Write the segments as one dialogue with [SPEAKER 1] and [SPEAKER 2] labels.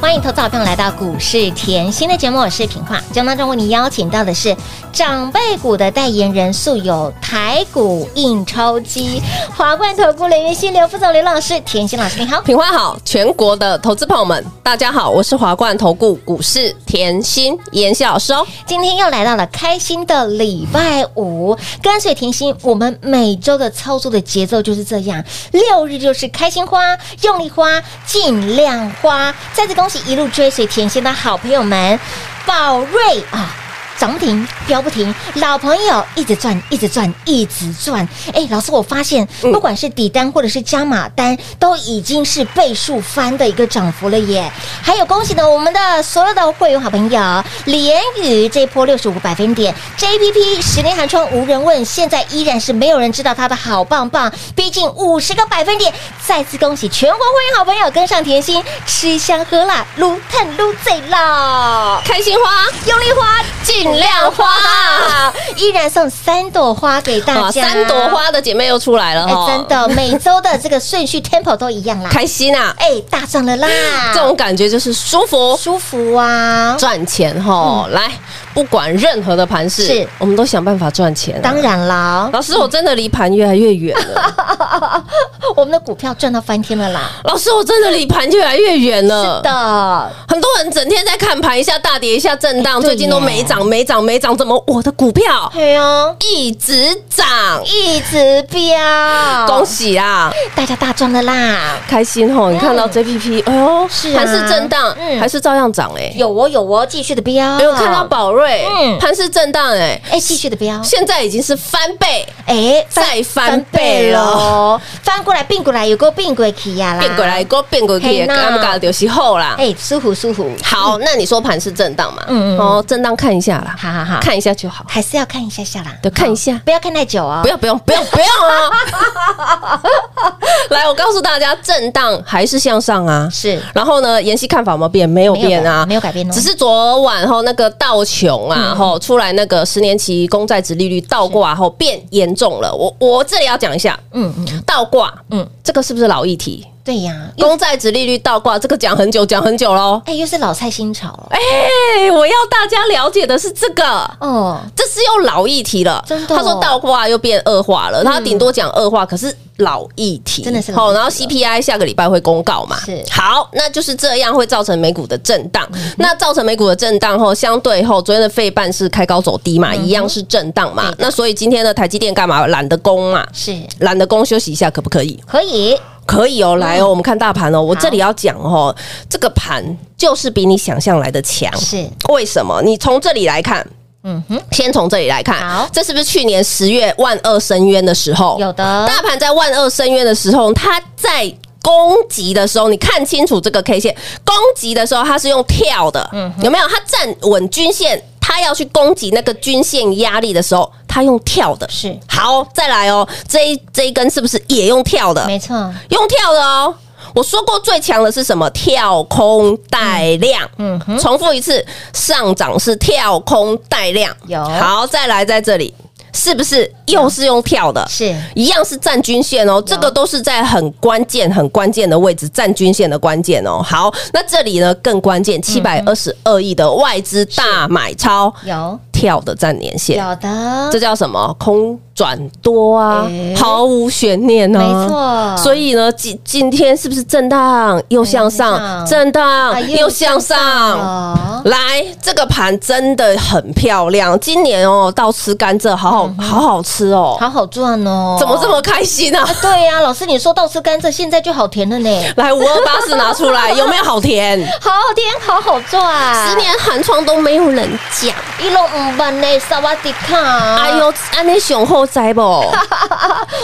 [SPEAKER 1] 欢迎投资好朋友来到股市甜心的节目，我是平化。节目当中为你邀请到的是长辈股的代言人，素有台股印钞机，华冠投顾林云熙、刘副总、刘老师、甜心老师，你好。
[SPEAKER 2] 品花好，全国的投资朋友们，大家好，我是华冠投顾股市甜心妍希老师哦。
[SPEAKER 1] 今天又来到了开心的礼拜五，跟随甜心，我们每周的操作的节奏就是这样，六日就是开心花、用力花、尽量花。再次恭喜一路追随甜心的好朋友们，宝瑞啊！涨不停，飙不停，老朋友一直赚，一直赚，一直赚。哎，老师，我发现
[SPEAKER 2] 嗯
[SPEAKER 1] 不管是底单或者是加码单，都已经是倍数翻的一个涨幅了耶。还有恭喜呢，我们的所有的会员好朋友，联宇这一波六十五个百分点，JPP 十年寒窗无人问，现在依然是没有人知道它的好棒棒，逼近五十个百分点。再次恭喜全国会员好朋友跟上甜心，吃香喝辣，撸碳撸醉啦！
[SPEAKER 2] 开心花，
[SPEAKER 1] 用力花，
[SPEAKER 2] 尽量花，
[SPEAKER 1] 依然送三朵花给大
[SPEAKER 2] 哇，
[SPEAKER 1] 家，
[SPEAKER 2] 三朵。花的姐妹又出来了
[SPEAKER 1] 哎、
[SPEAKER 2] 哦，
[SPEAKER 1] 真的，每周的这个顺序 tempo 都一样啦。
[SPEAKER 2] 开心啊！
[SPEAKER 1] 哎、大涨了啦，
[SPEAKER 2] 这种感觉就是舒服。
[SPEAKER 1] 啊舒服啊，
[SPEAKER 2] 赚钱哈，来，不管任何的盘势
[SPEAKER 1] 是，
[SPEAKER 2] 我们都想办法赚钱啊。
[SPEAKER 1] 当然啦，
[SPEAKER 2] 老师，我真的离盘越来越远 了。
[SPEAKER 1] 我们的股票赚到翻天了啦。
[SPEAKER 2] 老师，我真的离盘越来越远了。
[SPEAKER 1] 是的，
[SPEAKER 2] 很多人整天在看盘，一下大跌，一下震
[SPEAKER 1] 哎
[SPEAKER 2] 荡，
[SPEAKER 1] 对
[SPEAKER 2] 最近都
[SPEAKER 1] 耶
[SPEAKER 2] 没涨，没涨，没涨，怎么我的股票
[SPEAKER 1] 对哦，
[SPEAKER 2] 一直涨？
[SPEAKER 1] 一直飙，
[SPEAKER 2] 恭喜啊，
[SPEAKER 1] 大家大赚了啦！
[SPEAKER 2] 开心吼！你看到
[SPEAKER 1] 嗯
[SPEAKER 2] JPP，哎呦，
[SPEAKER 1] 是啊
[SPEAKER 2] 盘是震荡，
[SPEAKER 1] 嗯
[SPEAKER 2] 还是照样涨哎。
[SPEAKER 1] 有哦，有哦，继续的飙，
[SPEAKER 2] 哎呦，看到，宝瑞
[SPEAKER 1] 嗯，
[SPEAKER 2] 盘是震荡哎，
[SPEAKER 1] 哎，继续的飙，
[SPEAKER 2] 现在已经是翻倍，
[SPEAKER 1] 哎，
[SPEAKER 2] 再翻倍了。
[SPEAKER 1] 喽，翻过来并过来，有个并过去呀啦，
[SPEAKER 2] 变过来，给我变过
[SPEAKER 1] 嘿
[SPEAKER 2] 去，
[SPEAKER 1] 呐
[SPEAKER 2] 干不干就是后啦。
[SPEAKER 1] 哎、舒服舒服，
[SPEAKER 2] 好，那你说盘是震荡嘛？
[SPEAKER 1] 嗯嗯嗯
[SPEAKER 2] 哦，震荡看一下啦，
[SPEAKER 1] 好好好，
[SPEAKER 2] 看一下就好。
[SPEAKER 1] 还是要看一下下啦，
[SPEAKER 2] 对看一下
[SPEAKER 1] 好不要看太久哦，
[SPEAKER 2] 不要不用不用不用啊！ 来，我告诉大家，震荡还是向上啊。
[SPEAKER 1] 是
[SPEAKER 2] 然后呢，妍希看法有没有变？没有
[SPEAKER 1] 没有
[SPEAKER 2] 变啊，
[SPEAKER 1] 的没有改变哦
[SPEAKER 2] 只是昨晚后那个道琼啊，吼出来那个十年期公债值利率倒挂后变严重了。我我这里要讲一下
[SPEAKER 1] 嗯嗯，
[SPEAKER 2] 倒挂，
[SPEAKER 1] 嗯
[SPEAKER 2] 嗯，这个是不是老议题？
[SPEAKER 1] 对呀，又
[SPEAKER 2] 公债值利率倒挂，这个讲很久，讲很久喽。
[SPEAKER 1] 哎、又是老菜新炒了，
[SPEAKER 2] 哎，我要大家了解的是这个。
[SPEAKER 1] 哦，
[SPEAKER 2] 这是又老议题了，
[SPEAKER 1] 真的哦嗯
[SPEAKER 2] 他说倒挂又变恶化了，他顶多讲恶化，可是老议题
[SPEAKER 1] 真的是老议题
[SPEAKER 2] 好。然后 CPI 下个礼拜会公告嘛？
[SPEAKER 1] 是嗯
[SPEAKER 2] 好，那就是这样会造成美股的震荡。那造成美股的震荡后，相对后昨天的费半是开高走低嘛，
[SPEAKER 1] 嗯
[SPEAKER 2] 一样是震荡嘛。那所以今天的台积电干嘛懒得攻嘛？
[SPEAKER 1] 是
[SPEAKER 2] 懒得攻休息一下可不可以？
[SPEAKER 1] 可以，
[SPEAKER 2] 可以
[SPEAKER 1] 嗯
[SPEAKER 2] 哦，来哦，我们看大盘哦。我这里要讲哦，这个盘就是比你想象来的强。
[SPEAKER 1] 是，
[SPEAKER 2] 为什么？你从这里来看，
[SPEAKER 1] 嗯哼，
[SPEAKER 2] 先从这里来
[SPEAKER 1] 好
[SPEAKER 2] 看，这是不是去年十月万恶深渊的时候？
[SPEAKER 1] 有的，
[SPEAKER 2] 大盘在万恶深渊的时候，它在攻击的时候，你看清楚这个 K 线，攻击的时候它是用跳的，
[SPEAKER 1] 嗯
[SPEAKER 2] 有没有？它站稳均线，它要去攻击那个均线压力的时候，它用跳的。
[SPEAKER 1] 是
[SPEAKER 2] 好，再来哦，这一这一根是不是也用跳的？
[SPEAKER 1] 没错，
[SPEAKER 2] 用跳的哦。我说过最强的是什么？跳空带量。
[SPEAKER 1] 嗯
[SPEAKER 2] 嗯
[SPEAKER 1] 嗯哼
[SPEAKER 2] 重复一次，上涨是跳空带量。
[SPEAKER 1] 有
[SPEAKER 2] 好，再来在这里，是不是又是用跳的？
[SPEAKER 1] 是
[SPEAKER 2] 一样是站均线哦，这个都是在很关键、很关键的位置，站均线的关键哦。好，那这里呢更关键，七百二十二亿的外资大买超
[SPEAKER 1] 有
[SPEAKER 2] 跳的站年线，
[SPEAKER 1] 有的，
[SPEAKER 2] 这叫什么？空转多啊，
[SPEAKER 1] 诶
[SPEAKER 2] 毫无悬念啊，
[SPEAKER 1] 没错
[SPEAKER 2] 所以呢，今今天是不是震荡又向
[SPEAKER 1] 哎向上
[SPEAKER 2] 上，震
[SPEAKER 1] 啊
[SPEAKER 2] 荡又向上？
[SPEAKER 1] 哦，
[SPEAKER 2] 来，这个盘真的很漂亮。今年哦，到吃甘蔗，好好好好吃哦，
[SPEAKER 1] 好嗯好赚哦，
[SPEAKER 2] 怎么这么开心啊？
[SPEAKER 1] 啊？对呀、老师，你说倒吃甘蔗，现在就好甜了呢，
[SPEAKER 2] 来五二八四拿出来，有没有 好甜？
[SPEAKER 1] 好好甜，好好赚，
[SPEAKER 2] 十年寒窗都没有人讲，
[SPEAKER 1] 一路五万呢，萨瓦迪卡，
[SPEAKER 2] 哎呦，安内雄厚够知 不？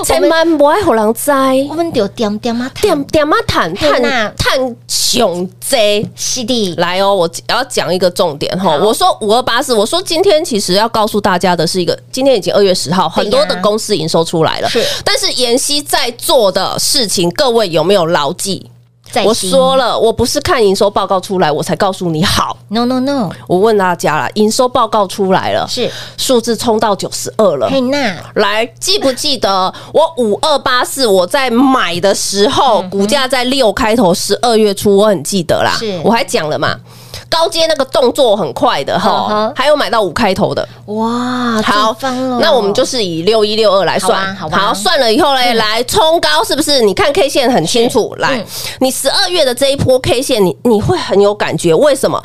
[SPEAKER 2] 千万不爱互人知，
[SPEAKER 1] 我们就点点啊，
[SPEAKER 2] 点点啊，探探
[SPEAKER 1] 嘿呐
[SPEAKER 2] 探熊贼。
[SPEAKER 1] 是的，
[SPEAKER 2] 来哦，我要讲一个重点哈。我说五二八四，我说今天其实要告诉大家的是一个，今天已经二月十号，
[SPEAKER 1] 对呀
[SPEAKER 2] 很多的公司营收出来了。
[SPEAKER 1] 是
[SPEAKER 2] 但是妍希在做的事情，各位有没有牢记？
[SPEAKER 1] 在
[SPEAKER 2] 我
[SPEAKER 1] 心
[SPEAKER 2] 说了，我不是看营收报告出来我才告诉你好，
[SPEAKER 1] ，no no no，
[SPEAKER 2] 我问大家啦，营收报告出来了，
[SPEAKER 1] 是
[SPEAKER 2] 数字冲到九十二了。
[SPEAKER 1] 佩娜，
[SPEAKER 2] 来，记不记得我五二八四我在买的时候，
[SPEAKER 1] 嗯
[SPEAKER 2] 股价在六开头，十二月初我很记得啦
[SPEAKER 1] 是，
[SPEAKER 2] 我还讲了嘛，高阶那个动作很快的
[SPEAKER 1] 嗯
[SPEAKER 2] 哈
[SPEAKER 1] 哼，
[SPEAKER 2] 还有买到五开头的。
[SPEAKER 1] 哇，
[SPEAKER 2] 好
[SPEAKER 1] 好，了，
[SPEAKER 2] 那我们就是以六一六二来算，
[SPEAKER 1] 好啊好啊
[SPEAKER 2] 算了以后嘞，来冲高是不是？你看 K 线很清楚，来
[SPEAKER 1] 嗯，
[SPEAKER 2] 你十二月的这一波 K 线，你你会很有感觉，为什么？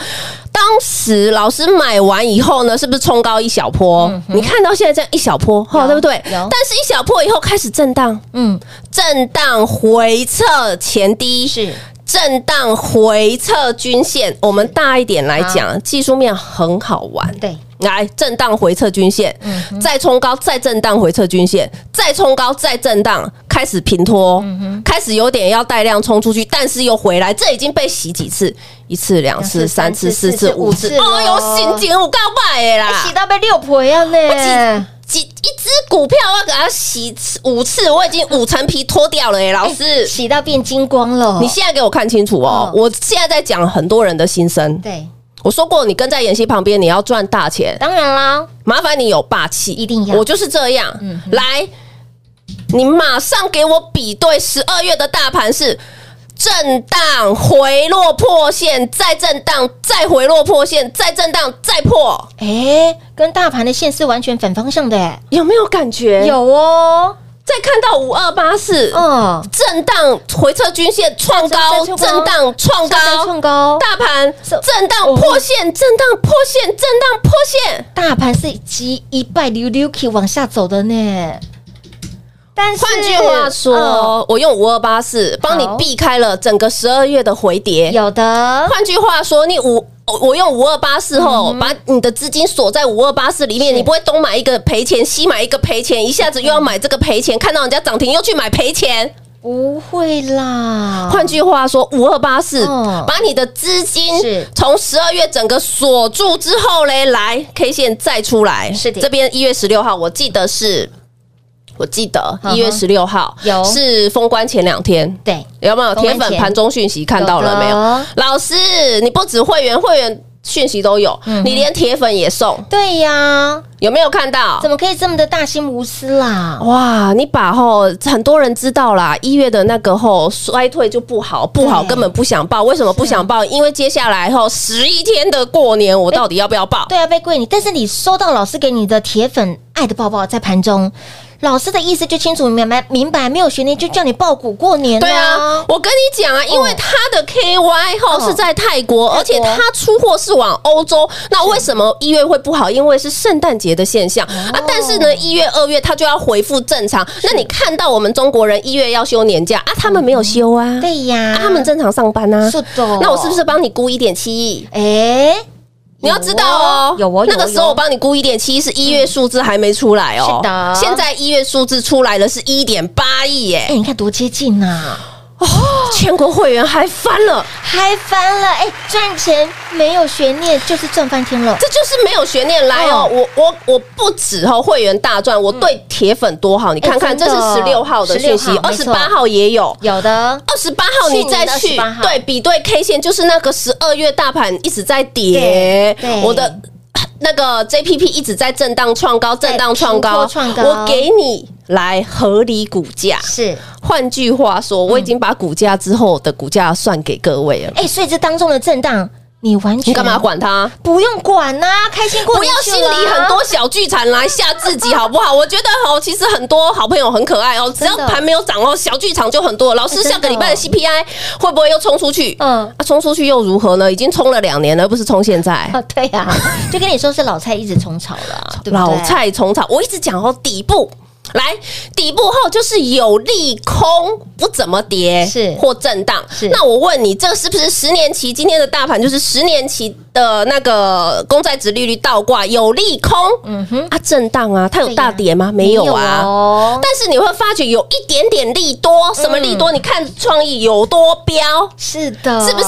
[SPEAKER 2] 当时老师买完以后呢，是不是冲高一小波？你看到现在这样一小波，哈，
[SPEAKER 1] 嗯有
[SPEAKER 2] 对不对？
[SPEAKER 1] 有
[SPEAKER 2] 但是一小波以后开始震荡，
[SPEAKER 1] 嗯，
[SPEAKER 2] 震荡回撤前低
[SPEAKER 1] 是
[SPEAKER 2] 震荡回撤均线，我们大一点来讲，技术面很好玩。
[SPEAKER 1] 对，
[SPEAKER 2] 来震荡回撤均线，再冲高，再震荡回撤均线，再冲高，再震荡，开始平拖，开始有点要带量冲出去，但是又回来，这已经被洗几次？一次、两次、
[SPEAKER 1] 两次
[SPEAKER 2] 三次、四
[SPEAKER 1] 三次
[SPEAKER 2] 次、五
[SPEAKER 1] 四
[SPEAKER 2] 次，
[SPEAKER 1] 次
[SPEAKER 2] 哦哟，
[SPEAKER 1] 咯
[SPEAKER 2] 心情有告白的啦！
[SPEAKER 1] 哎洗到被六婆一样呢，
[SPEAKER 2] 几一只股票要给它洗五次，我已经五层皮脱掉了耶，老师。
[SPEAKER 1] 洗到变金光了，
[SPEAKER 2] 你现在给我看清楚哦！
[SPEAKER 1] 哦嗯
[SPEAKER 2] 我现在在讲很多人的心声。
[SPEAKER 1] 对，
[SPEAKER 2] 我说过，你跟在妍希旁边，你要赚大钱，
[SPEAKER 1] 当然啦，
[SPEAKER 2] 麻烦你有霸气，
[SPEAKER 1] 一定要嗯
[SPEAKER 2] 我就是这样。来，你马上给我比对十二月的大盘是。震荡回落破线，再震荡，再回落破线，再震荡，再破，
[SPEAKER 1] 哎，跟大盘的线是完全反方向的，哎，
[SPEAKER 2] 有没有感觉？。
[SPEAKER 1] 有哦，
[SPEAKER 2] 再看到五二八四，
[SPEAKER 1] 嗯，
[SPEAKER 2] 震荡回撤均线创高，
[SPEAKER 1] 再再
[SPEAKER 2] 震
[SPEAKER 1] 创高
[SPEAKER 2] 荡创
[SPEAKER 1] 上升哦
[SPEAKER 2] 高，
[SPEAKER 1] 创高，
[SPEAKER 2] 大盘
[SPEAKER 1] 是
[SPEAKER 2] 震荡破线，震荡破线，震荡破线。
[SPEAKER 1] 大盘是急一败溜溜 K 往下走的呢。但是
[SPEAKER 2] 换句话说，
[SPEAKER 1] 嗯
[SPEAKER 2] 我用五二八四帮你
[SPEAKER 1] 好
[SPEAKER 2] 避开了整个十二月的回跌。
[SPEAKER 1] 有的
[SPEAKER 2] 换句话说，你五我我用五二八四后，把你的资金锁在五二八四里
[SPEAKER 1] 嗯
[SPEAKER 2] 面，
[SPEAKER 1] 是
[SPEAKER 2] 你不会东买一个赔钱，西买一个赔钱，一下子又要买这个赔钱，看到人家涨停又去买赔钱。
[SPEAKER 1] 不会啦，
[SPEAKER 2] 换句话说，五二八四
[SPEAKER 1] 嗯
[SPEAKER 2] 把你的资金
[SPEAKER 1] 是
[SPEAKER 2] 从十二月整个锁住之后嘞，来 K 线再出来，
[SPEAKER 1] 是的
[SPEAKER 2] 这边一月十六号，我记得是，我记得
[SPEAKER 1] 嗯哼
[SPEAKER 2] 一月十六号
[SPEAKER 1] 有
[SPEAKER 2] 是封关前两天。
[SPEAKER 1] 对
[SPEAKER 2] 有没有
[SPEAKER 1] 封关
[SPEAKER 2] 铁粉
[SPEAKER 1] 前
[SPEAKER 2] 盘中讯息看到了没
[SPEAKER 1] 有
[SPEAKER 2] 有
[SPEAKER 1] 的？
[SPEAKER 2] 老师，你不止会员，会员讯息都有，
[SPEAKER 1] 嗯
[SPEAKER 2] 你连铁粉也送，
[SPEAKER 1] 对呀，
[SPEAKER 2] 有没有看到
[SPEAKER 1] 怎？么可以这么的大心无私啦？
[SPEAKER 2] 哇，你把吼很多人知道啦，一月的那个吼衰退就不好，不好
[SPEAKER 1] 对
[SPEAKER 2] 根本不想报。为什么不想报？因为接下来吼十一天的过年，我到底要不要报？
[SPEAKER 1] 对啊，被跪你，但是你收到老师给你的铁粉爱的抱抱在盘中，老师的意思就清楚明白明白，没有悬念就叫你爆股过年
[SPEAKER 2] 对啊，，我跟你讲啊，因为他的 KY 吼
[SPEAKER 1] 哦
[SPEAKER 2] 是在泰国，
[SPEAKER 1] 国
[SPEAKER 2] 而且他出货是往欧洲。那为什么一月会不好？因为是圣诞节的现象
[SPEAKER 1] 哦
[SPEAKER 2] 啊。但是呢，一月、二月他就要恢复正常。那你看到我们中国人一月要休年假啊，他们没
[SPEAKER 1] 哦
[SPEAKER 2] 有休啊，
[SPEAKER 1] 对呀，
[SPEAKER 2] 啊，他们正常上班啊。
[SPEAKER 1] 是的，
[SPEAKER 2] 那我是不是？帮你估一点七亿？
[SPEAKER 1] 哎，
[SPEAKER 2] 你要知道哦，
[SPEAKER 1] 有哦，有哦嗯
[SPEAKER 2] 那个时候我帮你估一点七是一月数字还没出来哦，
[SPEAKER 1] 是的
[SPEAKER 2] 现在一月数字出来了是一点八亿
[SPEAKER 1] 哎，
[SPEAKER 2] 耶，哦
[SPEAKER 1] 你看多接近呐！
[SPEAKER 2] 全国会员还翻了，
[SPEAKER 1] 嗨翻了！哎，赚钱没有悬念，就是赚翻天了。
[SPEAKER 2] 这就是没有悬念来
[SPEAKER 1] 嗯
[SPEAKER 2] 哦，我我我不止哦会员大赚，我对铁粉多好，你看看这
[SPEAKER 1] 哎真
[SPEAKER 2] 是
[SPEAKER 1] 的
[SPEAKER 2] 十六号的讯息，
[SPEAKER 1] 16号
[SPEAKER 2] 二
[SPEAKER 1] 没
[SPEAKER 2] 十
[SPEAKER 1] 错
[SPEAKER 2] 八号也有。
[SPEAKER 1] 有的
[SPEAKER 2] 二十八号你再
[SPEAKER 1] 去
[SPEAKER 2] 去
[SPEAKER 1] 年的28号
[SPEAKER 2] 对比对 K 线，就是那个十二月大盘一直在跌
[SPEAKER 1] 对，对
[SPEAKER 2] 我的那个 JPP 一直在震荡创高，震荡创高，
[SPEAKER 1] 平拖创高
[SPEAKER 2] 我给你来合理股价。
[SPEAKER 1] 是
[SPEAKER 2] 换句话说，我已经把股价之后的股价算给各位了，
[SPEAKER 1] 哎、所以这当中的震荡，你完全
[SPEAKER 2] 你干嘛？管它？
[SPEAKER 1] 不用管呐、开心过
[SPEAKER 2] 不
[SPEAKER 1] 年
[SPEAKER 2] 要
[SPEAKER 1] 去
[SPEAKER 2] 心
[SPEAKER 1] 了啊
[SPEAKER 2] 里很多小剧场来吓自己，好不好？我觉得哦，其实很多好朋友很可爱哦，只要
[SPEAKER 1] 真的
[SPEAKER 2] 盘没有涨哦，小剧场就很多了。老师
[SPEAKER 1] 哎真的
[SPEAKER 2] 下个礼拜的 CPI 会不会又冲出去？
[SPEAKER 1] 嗯
[SPEAKER 2] 啊，冲出去又如何呢？已经冲了两年了，又不是冲现在。
[SPEAKER 1] 啊，对 呀、啊，就跟你说是老蔡一直重炒了啊，对不对
[SPEAKER 2] 老，菜虫草，我一直讲哦，底部。来底部后就是有利空，不怎么跌，
[SPEAKER 1] 是
[SPEAKER 2] 或震荡。
[SPEAKER 1] 是
[SPEAKER 2] 那我问你，这是不是十年期今天的大盘就是十年期的那个公债值利率倒挂有利空？嗯哼，啊，震荡啊，它有大跌吗？没有啊。
[SPEAKER 1] 哦
[SPEAKER 2] 但是你会发觉有一点点利多，什
[SPEAKER 1] 嗯
[SPEAKER 2] 么利多？你看创意有多标，
[SPEAKER 1] 是的，
[SPEAKER 2] 是不是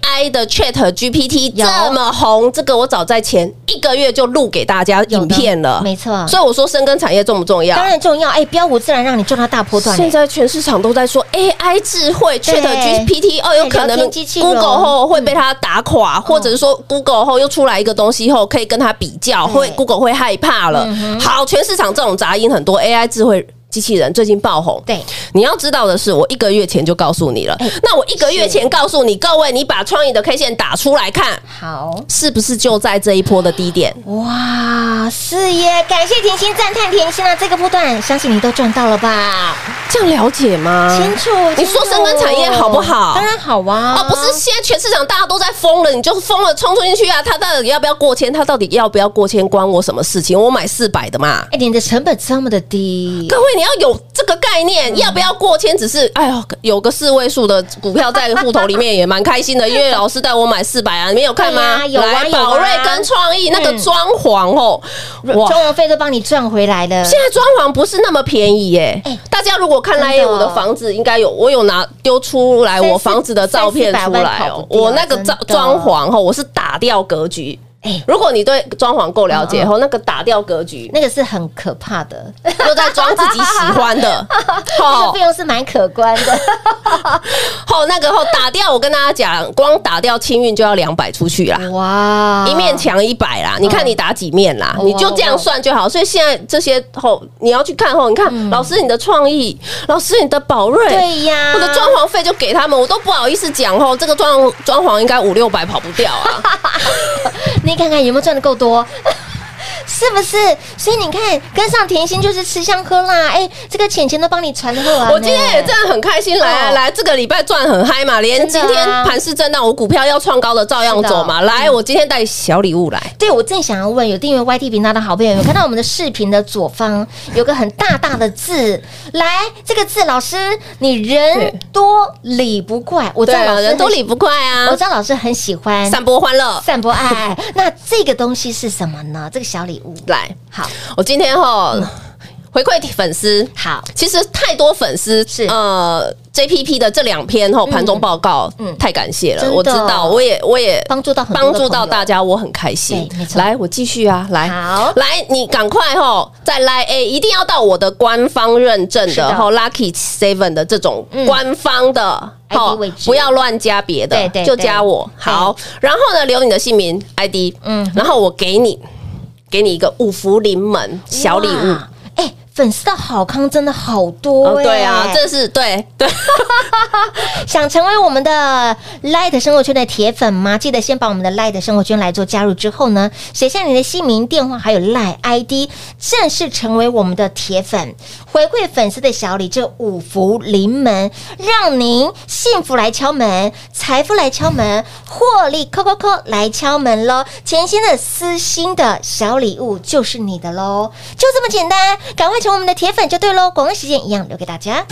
[SPEAKER 2] AI 的 Chat GPT
[SPEAKER 1] 呃有
[SPEAKER 2] 这么红？这个我早在前一个月就录给大家
[SPEAKER 1] 有
[SPEAKER 2] 影
[SPEAKER 1] 的
[SPEAKER 2] 片了，
[SPEAKER 1] 没错
[SPEAKER 2] 所以我说深耕产业重不重要
[SPEAKER 1] 当？然重要，哎，标股自然让你赚到大波段。欸
[SPEAKER 2] 现在全市场都在说 AI 智慧
[SPEAKER 1] 对
[SPEAKER 2] Chat GPT 哦，有可
[SPEAKER 1] 聊
[SPEAKER 2] 能
[SPEAKER 1] 天机器人
[SPEAKER 2] Google 后会被它打
[SPEAKER 1] 嗯
[SPEAKER 2] 垮，或者是说 Google 后又出来一个东西后可以跟它比较，
[SPEAKER 1] 对
[SPEAKER 2] 会 Google 会害怕了。
[SPEAKER 1] 嗯
[SPEAKER 2] 好，全市场这种杂音很多，AI 智慧。机器人最近爆红，
[SPEAKER 1] 对，哎
[SPEAKER 2] 你要知道的是，我一个月前就告诉你了。那我一个月前告诉你，各位，你把创意的 K 线打出来看，
[SPEAKER 1] 好
[SPEAKER 2] 是不是就在这一波的低点？
[SPEAKER 1] 哇，是耶！感谢甜心，赞叹甜心啊！这个波段，相信你都赚到了吧？
[SPEAKER 2] 这样了解吗？
[SPEAKER 1] 清楚。
[SPEAKER 2] 你
[SPEAKER 1] 清楚
[SPEAKER 2] 说深耕产业好不好
[SPEAKER 1] 当然好啊！
[SPEAKER 2] 哦，不是，现在全市场大家都在疯了，你就疯了，冲出去啊！他到底要不要过千？他到底要不要过千？关我什么事情？我买四百的嘛。
[SPEAKER 1] 哎，你的成本这么的低
[SPEAKER 2] 各，位，你要有这个概念，要不要过千？只是哎呦，有个四位数的股票在户头里面也蛮开心的，因为老师带我买四百啊，你们有看吗？
[SPEAKER 1] 对啊有啊
[SPEAKER 2] 来
[SPEAKER 1] 有啊
[SPEAKER 2] 宝瑞跟创意那个
[SPEAKER 1] 嗯
[SPEAKER 2] 装潢哦，哇！
[SPEAKER 1] 装潢费都帮你赚回来了。
[SPEAKER 2] 现在装潢不是那么便宜耶、
[SPEAKER 1] 哎
[SPEAKER 2] 大家如果看
[SPEAKER 1] 真的
[SPEAKER 2] 来我的房子，应该有我有拿丢出来
[SPEAKER 1] 三四
[SPEAKER 2] 我房子的照片出
[SPEAKER 1] 三四百
[SPEAKER 2] 来
[SPEAKER 1] 万跑
[SPEAKER 2] 哦。
[SPEAKER 1] 不掉
[SPEAKER 2] 我那个
[SPEAKER 1] 真
[SPEAKER 2] 装
[SPEAKER 1] 的
[SPEAKER 2] 装潢哈，我是打掉格局。
[SPEAKER 1] 哎
[SPEAKER 2] 如果你对装潢够了解
[SPEAKER 1] 嗯嗯
[SPEAKER 2] 后，那个打掉 格局，
[SPEAKER 1] 那个是很可怕的，
[SPEAKER 2] 又在装自己喜欢 的，
[SPEAKER 1] 这个
[SPEAKER 2] 好
[SPEAKER 1] 费用是蛮可观的。
[SPEAKER 2] 好那个后打掉，我跟大家讲，光打掉清运就要两百出去啦。
[SPEAKER 1] 哇
[SPEAKER 2] 啊一面墙一百啦，你看你打几面啦，
[SPEAKER 1] 嗯
[SPEAKER 2] 你就这样算就好。所以现在这些后你要去看后，你
[SPEAKER 1] 嗯
[SPEAKER 2] 看老师你的创意，老师你的宝瑞，
[SPEAKER 1] 对呀，
[SPEAKER 2] 我的装潢费就给他们，我都不好意思讲哦。这个装装潢应该五六百跑不 掉啊。
[SPEAKER 1] 你看看有没有赚的够多。 是不是？所以你看，跟上甜心就是吃香喝辣，哎、这个钱钱都帮你传过来。
[SPEAKER 2] 我今天也真的很开心，来来
[SPEAKER 1] 哎哦
[SPEAKER 2] 来，这个礼拜赚很嗨嘛，连今
[SPEAKER 1] 真的啊
[SPEAKER 2] 天盘市震荡，我股票要创高的照样走嘛。来，我今天带小礼物来，
[SPEAKER 1] 对，我正想要问，有订阅 YT 频道的好朋友，有看到我们的视频的左方有个很大大的字，来，这个字老师，你人
[SPEAKER 2] 对
[SPEAKER 1] 多理不怪，我知
[SPEAKER 2] 对
[SPEAKER 1] 道
[SPEAKER 2] 啊，
[SPEAKER 1] 老师
[SPEAKER 2] 人都
[SPEAKER 1] 很喜
[SPEAKER 2] 理，不快
[SPEAKER 1] 我
[SPEAKER 2] 啊
[SPEAKER 1] 知，道老师很喜欢
[SPEAKER 2] 散播欢乐。
[SPEAKER 1] 散播爱。那这个东西是什么呢？这个小礼物，
[SPEAKER 2] 来，
[SPEAKER 1] 好
[SPEAKER 2] 我今天哈
[SPEAKER 1] 嗯
[SPEAKER 2] 回馈粉丝，
[SPEAKER 1] 好
[SPEAKER 2] 其实太多粉丝
[SPEAKER 1] 是
[SPEAKER 2] 呃 JPP 的这两篇后盘中报告，
[SPEAKER 1] 嗯
[SPEAKER 2] 太感谢
[SPEAKER 1] 真
[SPEAKER 2] 了，
[SPEAKER 1] 的
[SPEAKER 2] 我知道，我也我也
[SPEAKER 1] 帮助到很多的
[SPEAKER 2] 帮助
[SPEAKER 1] 朋
[SPEAKER 2] 到
[SPEAKER 1] 友
[SPEAKER 2] 大家，我很开心
[SPEAKER 1] 对没。错
[SPEAKER 2] 来，我继续啊，来，
[SPEAKER 1] 好
[SPEAKER 2] 来，你赶快吼，再来，哎，一定要到我的官方认证
[SPEAKER 1] 是的
[SPEAKER 2] 的吼 Lucky Seven 的这种
[SPEAKER 1] 嗯
[SPEAKER 2] 官方的。
[SPEAKER 1] ID
[SPEAKER 2] 吼
[SPEAKER 1] 位置
[SPEAKER 2] 不要乱加别的
[SPEAKER 1] 对对，
[SPEAKER 2] 就
[SPEAKER 1] 对
[SPEAKER 2] 加我。好，然后呢，留你的姓名 ID，
[SPEAKER 1] 嗯
[SPEAKER 2] 嗯，然后我给你，给你一个五福临门小礼物。
[SPEAKER 1] 哇，哎、粉丝的好康真的好多、
[SPEAKER 2] 哦，
[SPEAKER 1] 哎
[SPEAKER 2] 对啊，这是对对，
[SPEAKER 1] 想成为我们的 Light 生活圈的铁粉吗？记得先把我们的 Light 生活圈来做加入之后呢，写下你的姓名、电话还有 Light ID，正式成为我们的铁粉，回馈粉丝的小礼，这五福临门，让您幸福来敲门，财富来敲门，获利扣扣扣来敲门喽！甜心的私心的小礼物就是你的喽，就这么简单，赶快成为我们的铁粉就对喽！广告时间一样留给大家。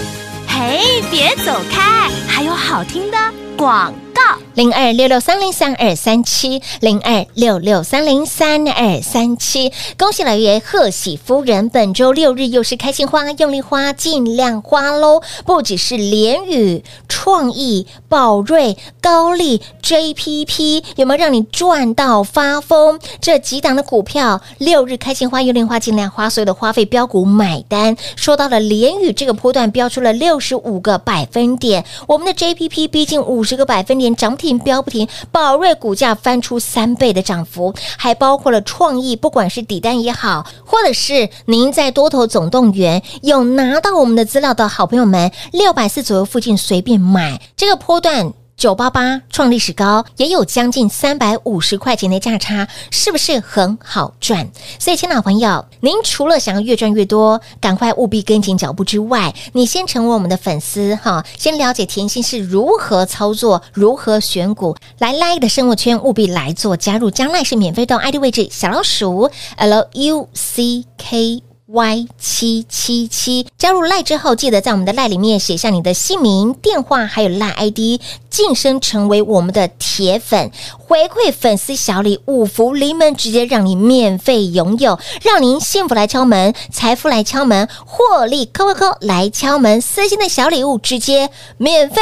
[SPEAKER 3] 嘿，别走开，还有好听的广告。
[SPEAKER 1] 零二六六三零三二三七，零二六六三零三二三七。恭喜老爷，贺喜夫人，本周六日又是开心花、用力花、尽量花喽！不只是联宇、创意、宝瑞、高丽、JPP，有没有让你赚到发疯？这几档的股票，六日开心花、用力花、尽量花，所有的花费标股买单，收到了联宇这个波段标出了六十五个百分点，我们的 JPP 逼近五十个百分点，涨停标不停，宝瑞股价翻出三倍的涨幅，还包括了创意，不管是底单也好，或者是您在多头总动员有拿到我们的资料的好朋友们，六百四左右附近随便买这个波段。九八八创历史高，也有将近三百五十块钱的价差，是不是很好赚？所以，亲爱的朋友，您除了想要越赚越多，赶快务必跟紧脚步之外，你先成为我们的粉丝哈，先了解甜心是如何操作、如何选股，来拉的生活圈务必来做加入，将来是免费动 ID 位置小老鼠 L U C K。 Y 七七七。加入赖之后，记得在我们的赖里面写下你的姓名、电话，还有赖 ID，晋升成为我们的铁粉，回馈粉丝小礼五福临门，直接让你免费拥有，让您幸福来敲门，财富来敲门，获利扣扣扣来敲门，私信的小礼物直接免费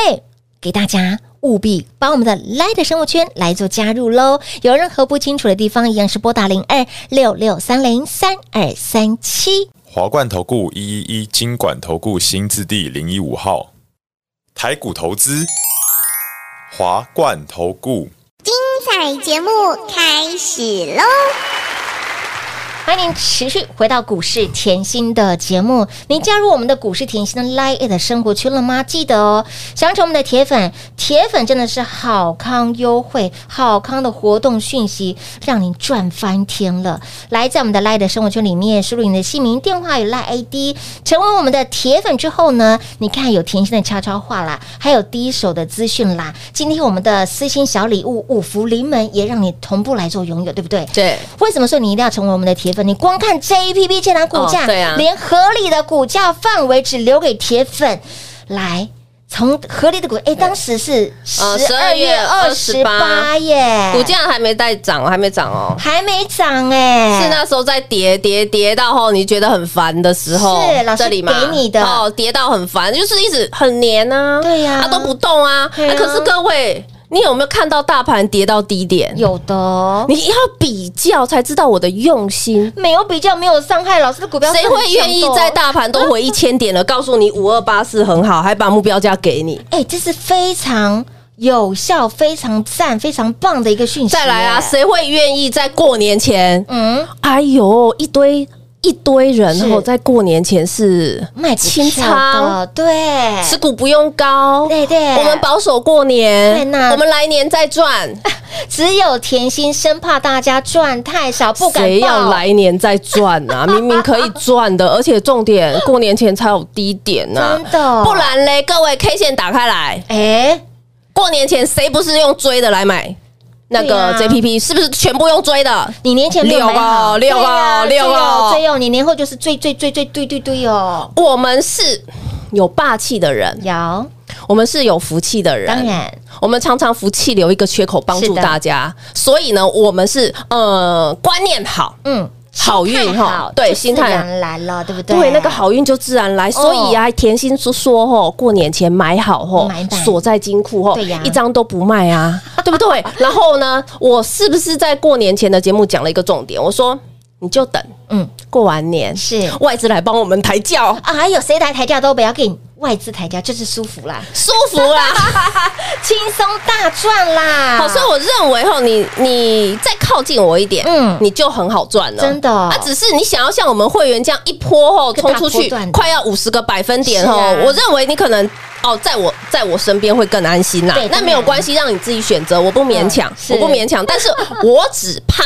[SPEAKER 1] 给大家。务必把我们的 Light 生活圈来做加入喽！有任何不清楚的地方，一样是拨打零二六六三零三二三七。
[SPEAKER 4] 华冠投顾一一一金管投顾新字第零一五号，台股投资，华冠投顾。
[SPEAKER 5] 彩节目开始喽！
[SPEAKER 1] 欢迎您持续回到股市甜心的节目。您加入我们的股市甜心的 Line 的生活圈了吗？记得哦，想成我们的铁粉，铁粉真的是好康优惠、好康的活动讯息，让您赚翻天了。来，在我们的 Line 的生活圈里面输入你的姓名、电话与 Line ID，成为我们的铁粉之后呢，你看有甜心的悄悄话啦，还有第一手的资讯啦。今天我们的私心小礼物五福临门，也让你同步来做拥有，对不对？
[SPEAKER 2] 对，
[SPEAKER 1] 为什么说你一定要成为我们的铁粉？你光看 JPP 这档股价，
[SPEAKER 2] 哦对啊
[SPEAKER 1] 连合理的股价范围只留给铁粉来。从合理的股，哎，当时是
[SPEAKER 2] 呃
[SPEAKER 1] 十二月二十八耶，
[SPEAKER 2] 股价还没再涨，还没涨哦。
[SPEAKER 1] 还没涨哎，
[SPEAKER 2] 是那时候在跌跌跌到后，你觉得很烦的时候，
[SPEAKER 1] 是老师
[SPEAKER 2] 这里嘛
[SPEAKER 1] 给你的
[SPEAKER 2] 哦，跌到很烦，就是一直很黏啊，
[SPEAKER 1] 对呀
[SPEAKER 2] 它都不动啊。
[SPEAKER 1] 对啊
[SPEAKER 2] 哎可是各位，你有没有看到大盘跌到低点？
[SPEAKER 1] 有的哦，
[SPEAKER 2] 你要比较才知道我的用心。
[SPEAKER 1] 没有比较，没有伤害，老师的股票
[SPEAKER 2] 谁会愿意在
[SPEAKER 1] 在？
[SPEAKER 2] 大盘都回一千点 了，告诉你五二八四很好，还把目标价给你？
[SPEAKER 1] 哎，这是非常有效、非常赞、非常棒的一个讯息。
[SPEAKER 2] 再来啊，
[SPEAKER 1] 哎
[SPEAKER 2] 谁会愿意在过年前？
[SPEAKER 1] 嗯，
[SPEAKER 2] 哎呦，一堆一堆人
[SPEAKER 1] 是
[SPEAKER 2] 哦，在过年前是
[SPEAKER 1] 卖股票的，对，
[SPEAKER 2] 持股不用高，
[SPEAKER 1] 对对
[SPEAKER 2] 我们保守过
[SPEAKER 1] 对
[SPEAKER 2] 年
[SPEAKER 1] 那，
[SPEAKER 2] 我们来年再赚，
[SPEAKER 1] 只有甜心生怕大家赚太少， 不敢
[SPEAKER 2] 谁要
[SPEAKER 1] 报
[SPEAKER 2] 来年再赚 啊？明明可以赚的，而且重点过年前才有低点啊呐
[SPEAKER 1] 真，的，
[SPEAKER 2] 不然嘞，各位 K 线打开来，
[SPEAKER 1] 哎，
[SPEAKER 2] 过年前谁不是用追的来买？那
[SPEAKER 1] 对啊
[SPEAKER 2] 个 JPP 是不是全部用追的？
[SPEAKER 1] 你年前没有买好
[SPEAKER 2] 六个
[SPEAKER 1] 对啊
[SPEAKER 2] 六个
[SPEAKER 1] 最哦最哦，你年后就是最最最最对对对哦，
[SPEAKER 2] 我们是有霸气的人，
[SPEAKER 1] 有
[SPEAKER 2] 我们是有福气的人，
[SPEAKER 1] 当然
[SPEAKER 2] 我们常常福气留一个缺口，帮
[SPEAKER 1] 是
[SPEAKER 2] 助
[SPEAKER 1] 的
[SPEAKER 2] 大家。所以呢，我们是呃观念好，
[SPEAKER 1] 嗯，
[SPEAKER 2] 好运
[SPEAKER 1] 太
[SPEAKER 2] 哈
[SPEAKER 1] 好，
[SPEAKER 2] 对，
[SPEAKER 1] 就
[SPEAKER 2] 心
[SPEAKER 1] 自
[SPEAKER 2] 态。
[SPEAKER 1] 然来了，对不对？哦
[SPEAKER 2] 对，那个好运就自然来。所以啊，甜心说说吼，过年前买好吼
[SPEAKER 1] 买买，
[SPEAKER 2] 锁在金库吼，
[SPEAKER 1] 对呀
[SPEAKER 2] 一张都不 卖啊，对不对？然后呢，我是不是在过年前的节目讲了一个重点？我说你就等，
[SPEAKER 1] 嗯
[SPEAKER 2] 嗯，过完年
[SPEAKER 1] 是
[SPEAKER 2] 外资来帮我们抬轿，
[SPEAKER 1] 啊，还有谁抬抬价都不要给你外资抬价，就是舒服啦，
[SPEAKER 2] 舒服啦。
[SPEAKER 1] 轻松大赚啦，
[SPEAKER 2] 好，所以我认为吼，你你再靠近我一点，
[SPEAKER 1] 嗯
[SPEAKER 2] 嗯，你就很好赚了，
[SPEAKER 1] 真的
[SPEAKER 2] 啊，只是你想要像我们会员这样一波后
[SPEAKER 1] 一个大
[SPEAKER 2] 冲出
[SPEAKER 1] 波
[SPEAKER 2] 去
[SPEAKER 1] 段的，
[SPEAKER 2] 快要五十个百分点
[SPEAKER 1] 是啊
[SPEAKER 2] 吼，我认为你可能。哦，在我在我身边会更安心啦
[SPEAKER 1] 对，当
[SPEAKER 2] 那
[SPEAKER 1] 然
[SPEAKER 2] 没有关系，让你自己选择，我不勉强
[SPEAKER 1] 嗯，是嗯
[SPEAKER 2] 我不勉强，但是我只怕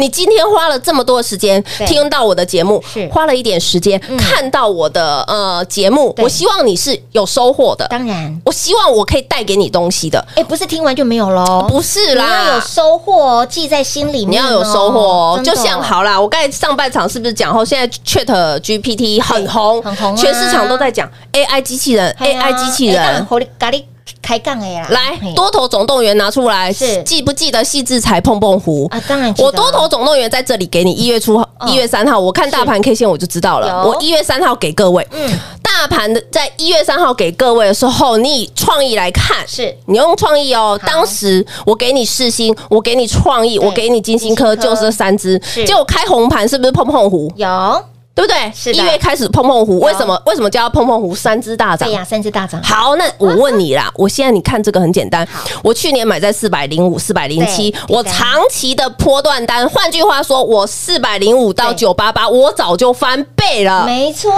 [SPEAKER 2] 你今天花了这么多的时间
[SPEAKER 1] 对
[SPEAKER 2] 听到我的节目
[SPEAKER 1] 是，嗯
[SPEAKER 2] 花了一点时间看到我的呃节目，
[SPEAKER 1] 对
[SPEAKER 2] 我希望你是有收获的，
[SPEAKER 1] 当然，
[SPEAKER 2] 我希望我可以带给你东西的，
[SPEAKER 1] 哎，不是听完就没有喽，
[SPEAKER 2] 不是
[SPEAKER 1] 哦你要有
[SPEAKER 2] 啦。
[SPEAKER 1] 收获哦，记在心里面哦，
[SPEAKER 2] 你要有收获哦，
[SPEAKER 1] 真
[SPEAKER 2] 就
[SPEAKER 1] 的
[SPEAKER 2] 像好啦，我刚才上半场是不是讲后，现在 Chat GPT 很红，
[SPEAKER 1] 很红啊
[SPEAKER 2] 全市场都在讲 AI 机器人
[SPEAKER 1] 哎呀
[SPEAKER 2] ，AI 机器
[SPEAKER 1] 哎当
[SPEAKER 2] 人。
[SPEAKER 1] 火力咖喱开杠哎啦，
[SPEAKER 2] 来
[SPEAKER 1] 嘿，
[SPEAKER 2] 多头总动员拿出来，
[SPEAKER 1] 是
[SPEAKER 2] 记不记得细致才碰碰胡
[SPEAKER 1] 啊当然记得哦
[SPEAKER 2] 我多头总动员在这里给你一月初一月三号，我看大盘 K 线我就知道了。
[SPEAKER 1] 有嗯
[SPEAKER 2] 我一月三号给各位，大盘的在一月三号给各位的时候，你以创意来看，
[SPEAKER 1] 是
[SPEAKER 2] 你用创意哦。当时我给你世新，我给你创意，
[SPEAKER 1] 对
[SPEAKER 2] 我给你金星科，
[SPEAKER 1] 金星科
[SPEAKER 2] 就是这三只
[SPEAKER 1] 是，
[SPEAKER 2] 结果开红盘是不是碰碰胡？
[SPEAKER 1] 有
[SPEAKER 2] 对不对？
[SPEAKER 1] 是的
[SPEAKER 2] 一月开始碰碰胡，为什么？为什么叫它碰碰胡？三只大涨
[SPEAKER 1] 对。呀，啊三只大涨，
[SPEAKER 2] 好，那我问你啦，我现在你看这个很简单，我去年买在四百零五、四百零七
[SPEAKER 1] 对，
[SPEAKER 2] 我长期的波段单，换句话说，我四百零五到
[SPEAKER 1] 对
[SPEAKER 2] 九八八，我早就翻倍了。
[SPEAKER 1] 没错，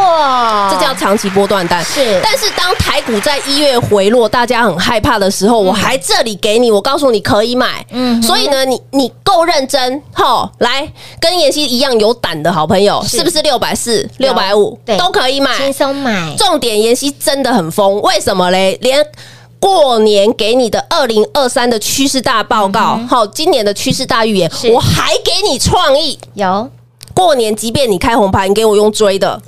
[SPEAKER 2] 这叫长期波段单。
[SPEAKER 1] 啊是
[SPEAKER 2] 但是当台股在一月回落，大家很害怕的时候，我还这里给你，我告诉你可以买。
[SPEAKER 1] 嗯哼
[SPEAKER 2] 嗯，所以呢，你你够认真吼，来跟妍希一样有胆的好朋友，
[SPEAKER 1] 是
[SPEAKER 2] 是不是六百四、
[SPEAKER 1] 有
[SPEAKER 2] 六百五
[SPEAKER 1] 对
[SPEAKER 2] 都可以买？
[SPEAKER 1] 轻松买，
[SPEAKER 2] 重点，妍希真的很疯，为什么嘞？连过年给你的二零二三的趋势大报告，好、今年的趋势大预言
[SPEAKER 1] 嗯是，
[SPEAKER 2] 我还给你创意。
[SPEAKER 1] 有啊
[SPEAKER 2] 过年即便你开红盘，你给我用 追的。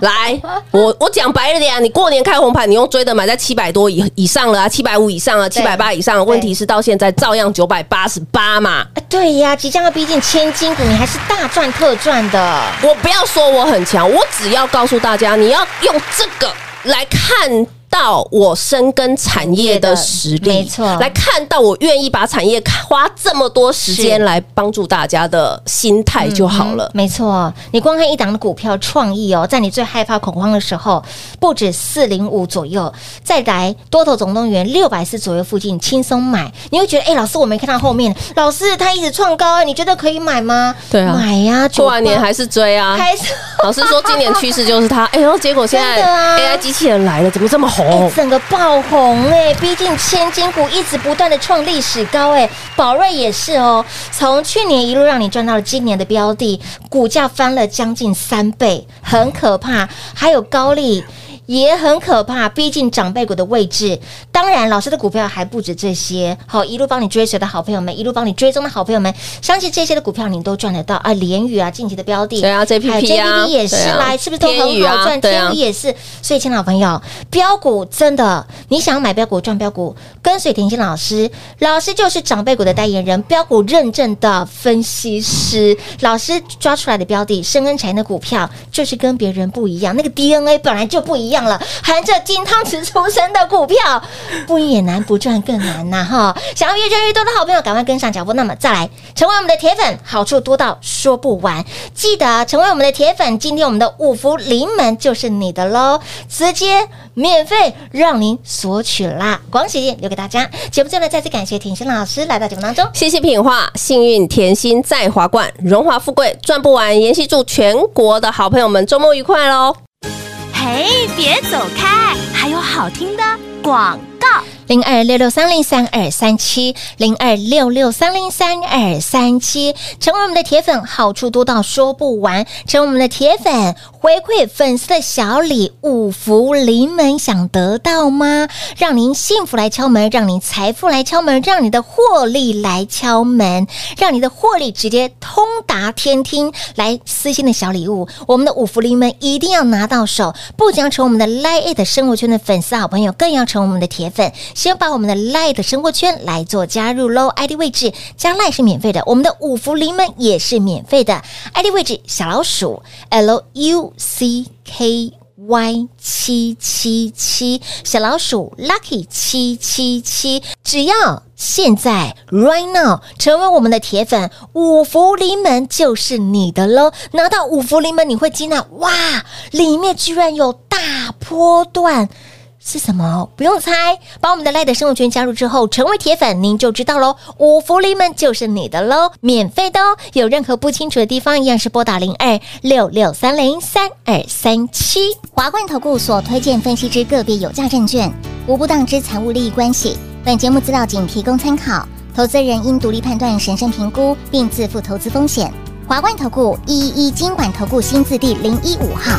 [SPEAKER 2] 来，我我讲白了点啊，你过年开红盘，你用追的买在七百多以以上了啊，七百五以上啊，七
[SPEAKER 1] 对
[SPEAKER 2] 百八以上啊。问题是到现在照样九百八十八嘛。
[SPEAKER 1] 啊对呀，即将要逼近千金股，你还是大赚特赚的。
[SPEAKER 2] 我不要说我很强，我只要告诉大家，你要用这个来看到我深耕产业的实力，
[SPEAKER 1] 没错
[SPEAKER 2] 来看到我愿意把产业花这么多时间
[SPEAKER 1] 是
[SPEAKER 2] 来帮助大家的心态就好了。
[SPEAKER 1] 嗯没错，你光看一档的股票创意哦，在你最害怕恐慌的时候，不止四零五左右，再来多头总动员六百四左右附近轻松买，你会觉得哎，老师我没看到后面，老师他一直创高，啊你觉得可以买吗？
[SPEAKER 2] 对啊
[SPEAKER 1] 买呀，
[SPEAKER 2] 过完年还是追啊！
[SPEAKER 1] 还是。
[SPEAKER 2] 老师说今年趋势就是它，哎呦，结果现在
[SPEAKER 1] 真的啊
[SPEAKER 2] AI 机器人来了，怎么这么
[SPEAKER 1] 哎
[SPEAKER 2] 红，？
[SPEAKER 1] 整个爆红哎、逼近千金股，一直不断的创历史高哎、宝瑞也是哦，从去年一路让你赚到了今年的标的，股价翻了将近三倍，很可怕。还有高利。也很可怕，逼近长辈股的位置。当然，老师的股票还不止这些，好一路帮你追随的好朋友们，一路帮你追踪的好朋友们，相信这些的股票你都赚得到啊！联宇啊，近期的标的，
[SPEAKER 2] 对啊，JPP
[SPEAKER 1] 还有 JPP
[SPEAKER 2] 啊
[SPEAKER 1] 也是
[SPEAKER 2] 对啊
[SPEAKER 1] 啦，是不是都很
[SPEAKER 2] 天宇啊
[SPEAKER 1] 好赚？
[SPEAKER 2] 对啊
[SPEAKER 1] 天宇也是。所以，亲老朋友，标股真的，你想买标股赚标股，跟随甜心老师，老师就是长辈股的代言人，标股认证的分析师，老师抓出来的标的，深耕产业的股票，就是跟别人不一样，那个 DNA 本来就不一样了，含着金汤匙出生的股票，不赢也难，不赚更难呐、哈！想要越赚越多的好朋友，赶快跟上脚步。那么再来，成为我们的铁粉，好处多到说不完。记得成为我们的铁粉，今天我们的五福临门就是你的喽，直接免费让您索取啦！广喜留给大家。节目最后呢，再次感谢甜心老师来到节目当中。
[SPEAKER 2] 谢谢品画，幸运甜心在华冠，荣华富贵赚不完。妍希祝全国的好朋友们周末愉快喽！
[SPEAKER 3] 嘿，别走开，还有好听的广告。
[SPEAKER 1] 零二六六三零三二三七，零二六六三零三二三七，成为我们的铁粉，好处多到说不完。成为我们的铁粉，回馈粉丝的小礼物，福临门，想得到吗？让您幸福来敲门，让您财富来敲门，让你的获利来敲门，让你的获利直接通达天听。来私信的小礼物，我们的五福临门一定要拿到手，不仅要成为我们的 Line 的生活圈的粉丝好朋友，更要成为我们的铁粉。先把我们的 Line 的生活圈来做加入喽，ID 位置加 Line 是免费的，我们的五福临门也是免费的，ID 位置小老鼠 L U C K。Y 七七七小老鼠 Lucky 七七七，只要现在 right now 成为我们的铁粉，五福临门就是你的喽！拿到五福临门，你会惊讶，哇，里面居然有大波段。是什么？不用猜，把我们的赖的生活圈加入之后，成为铁粉，您就知道喽。五福临门就是你的喽，免费的哦。有任何不清楚的地方，一样是拨打零二六六三零三二三七。
[SPEAKER 5] 华冠投顾所推荐分析之个别有价证券，无不当之财务利益关系。本节目资料仅提供参考，投资人应独立判断、审慎评估，并自负投资风险。华冠投顾一一一金管投顾新字第零一五号。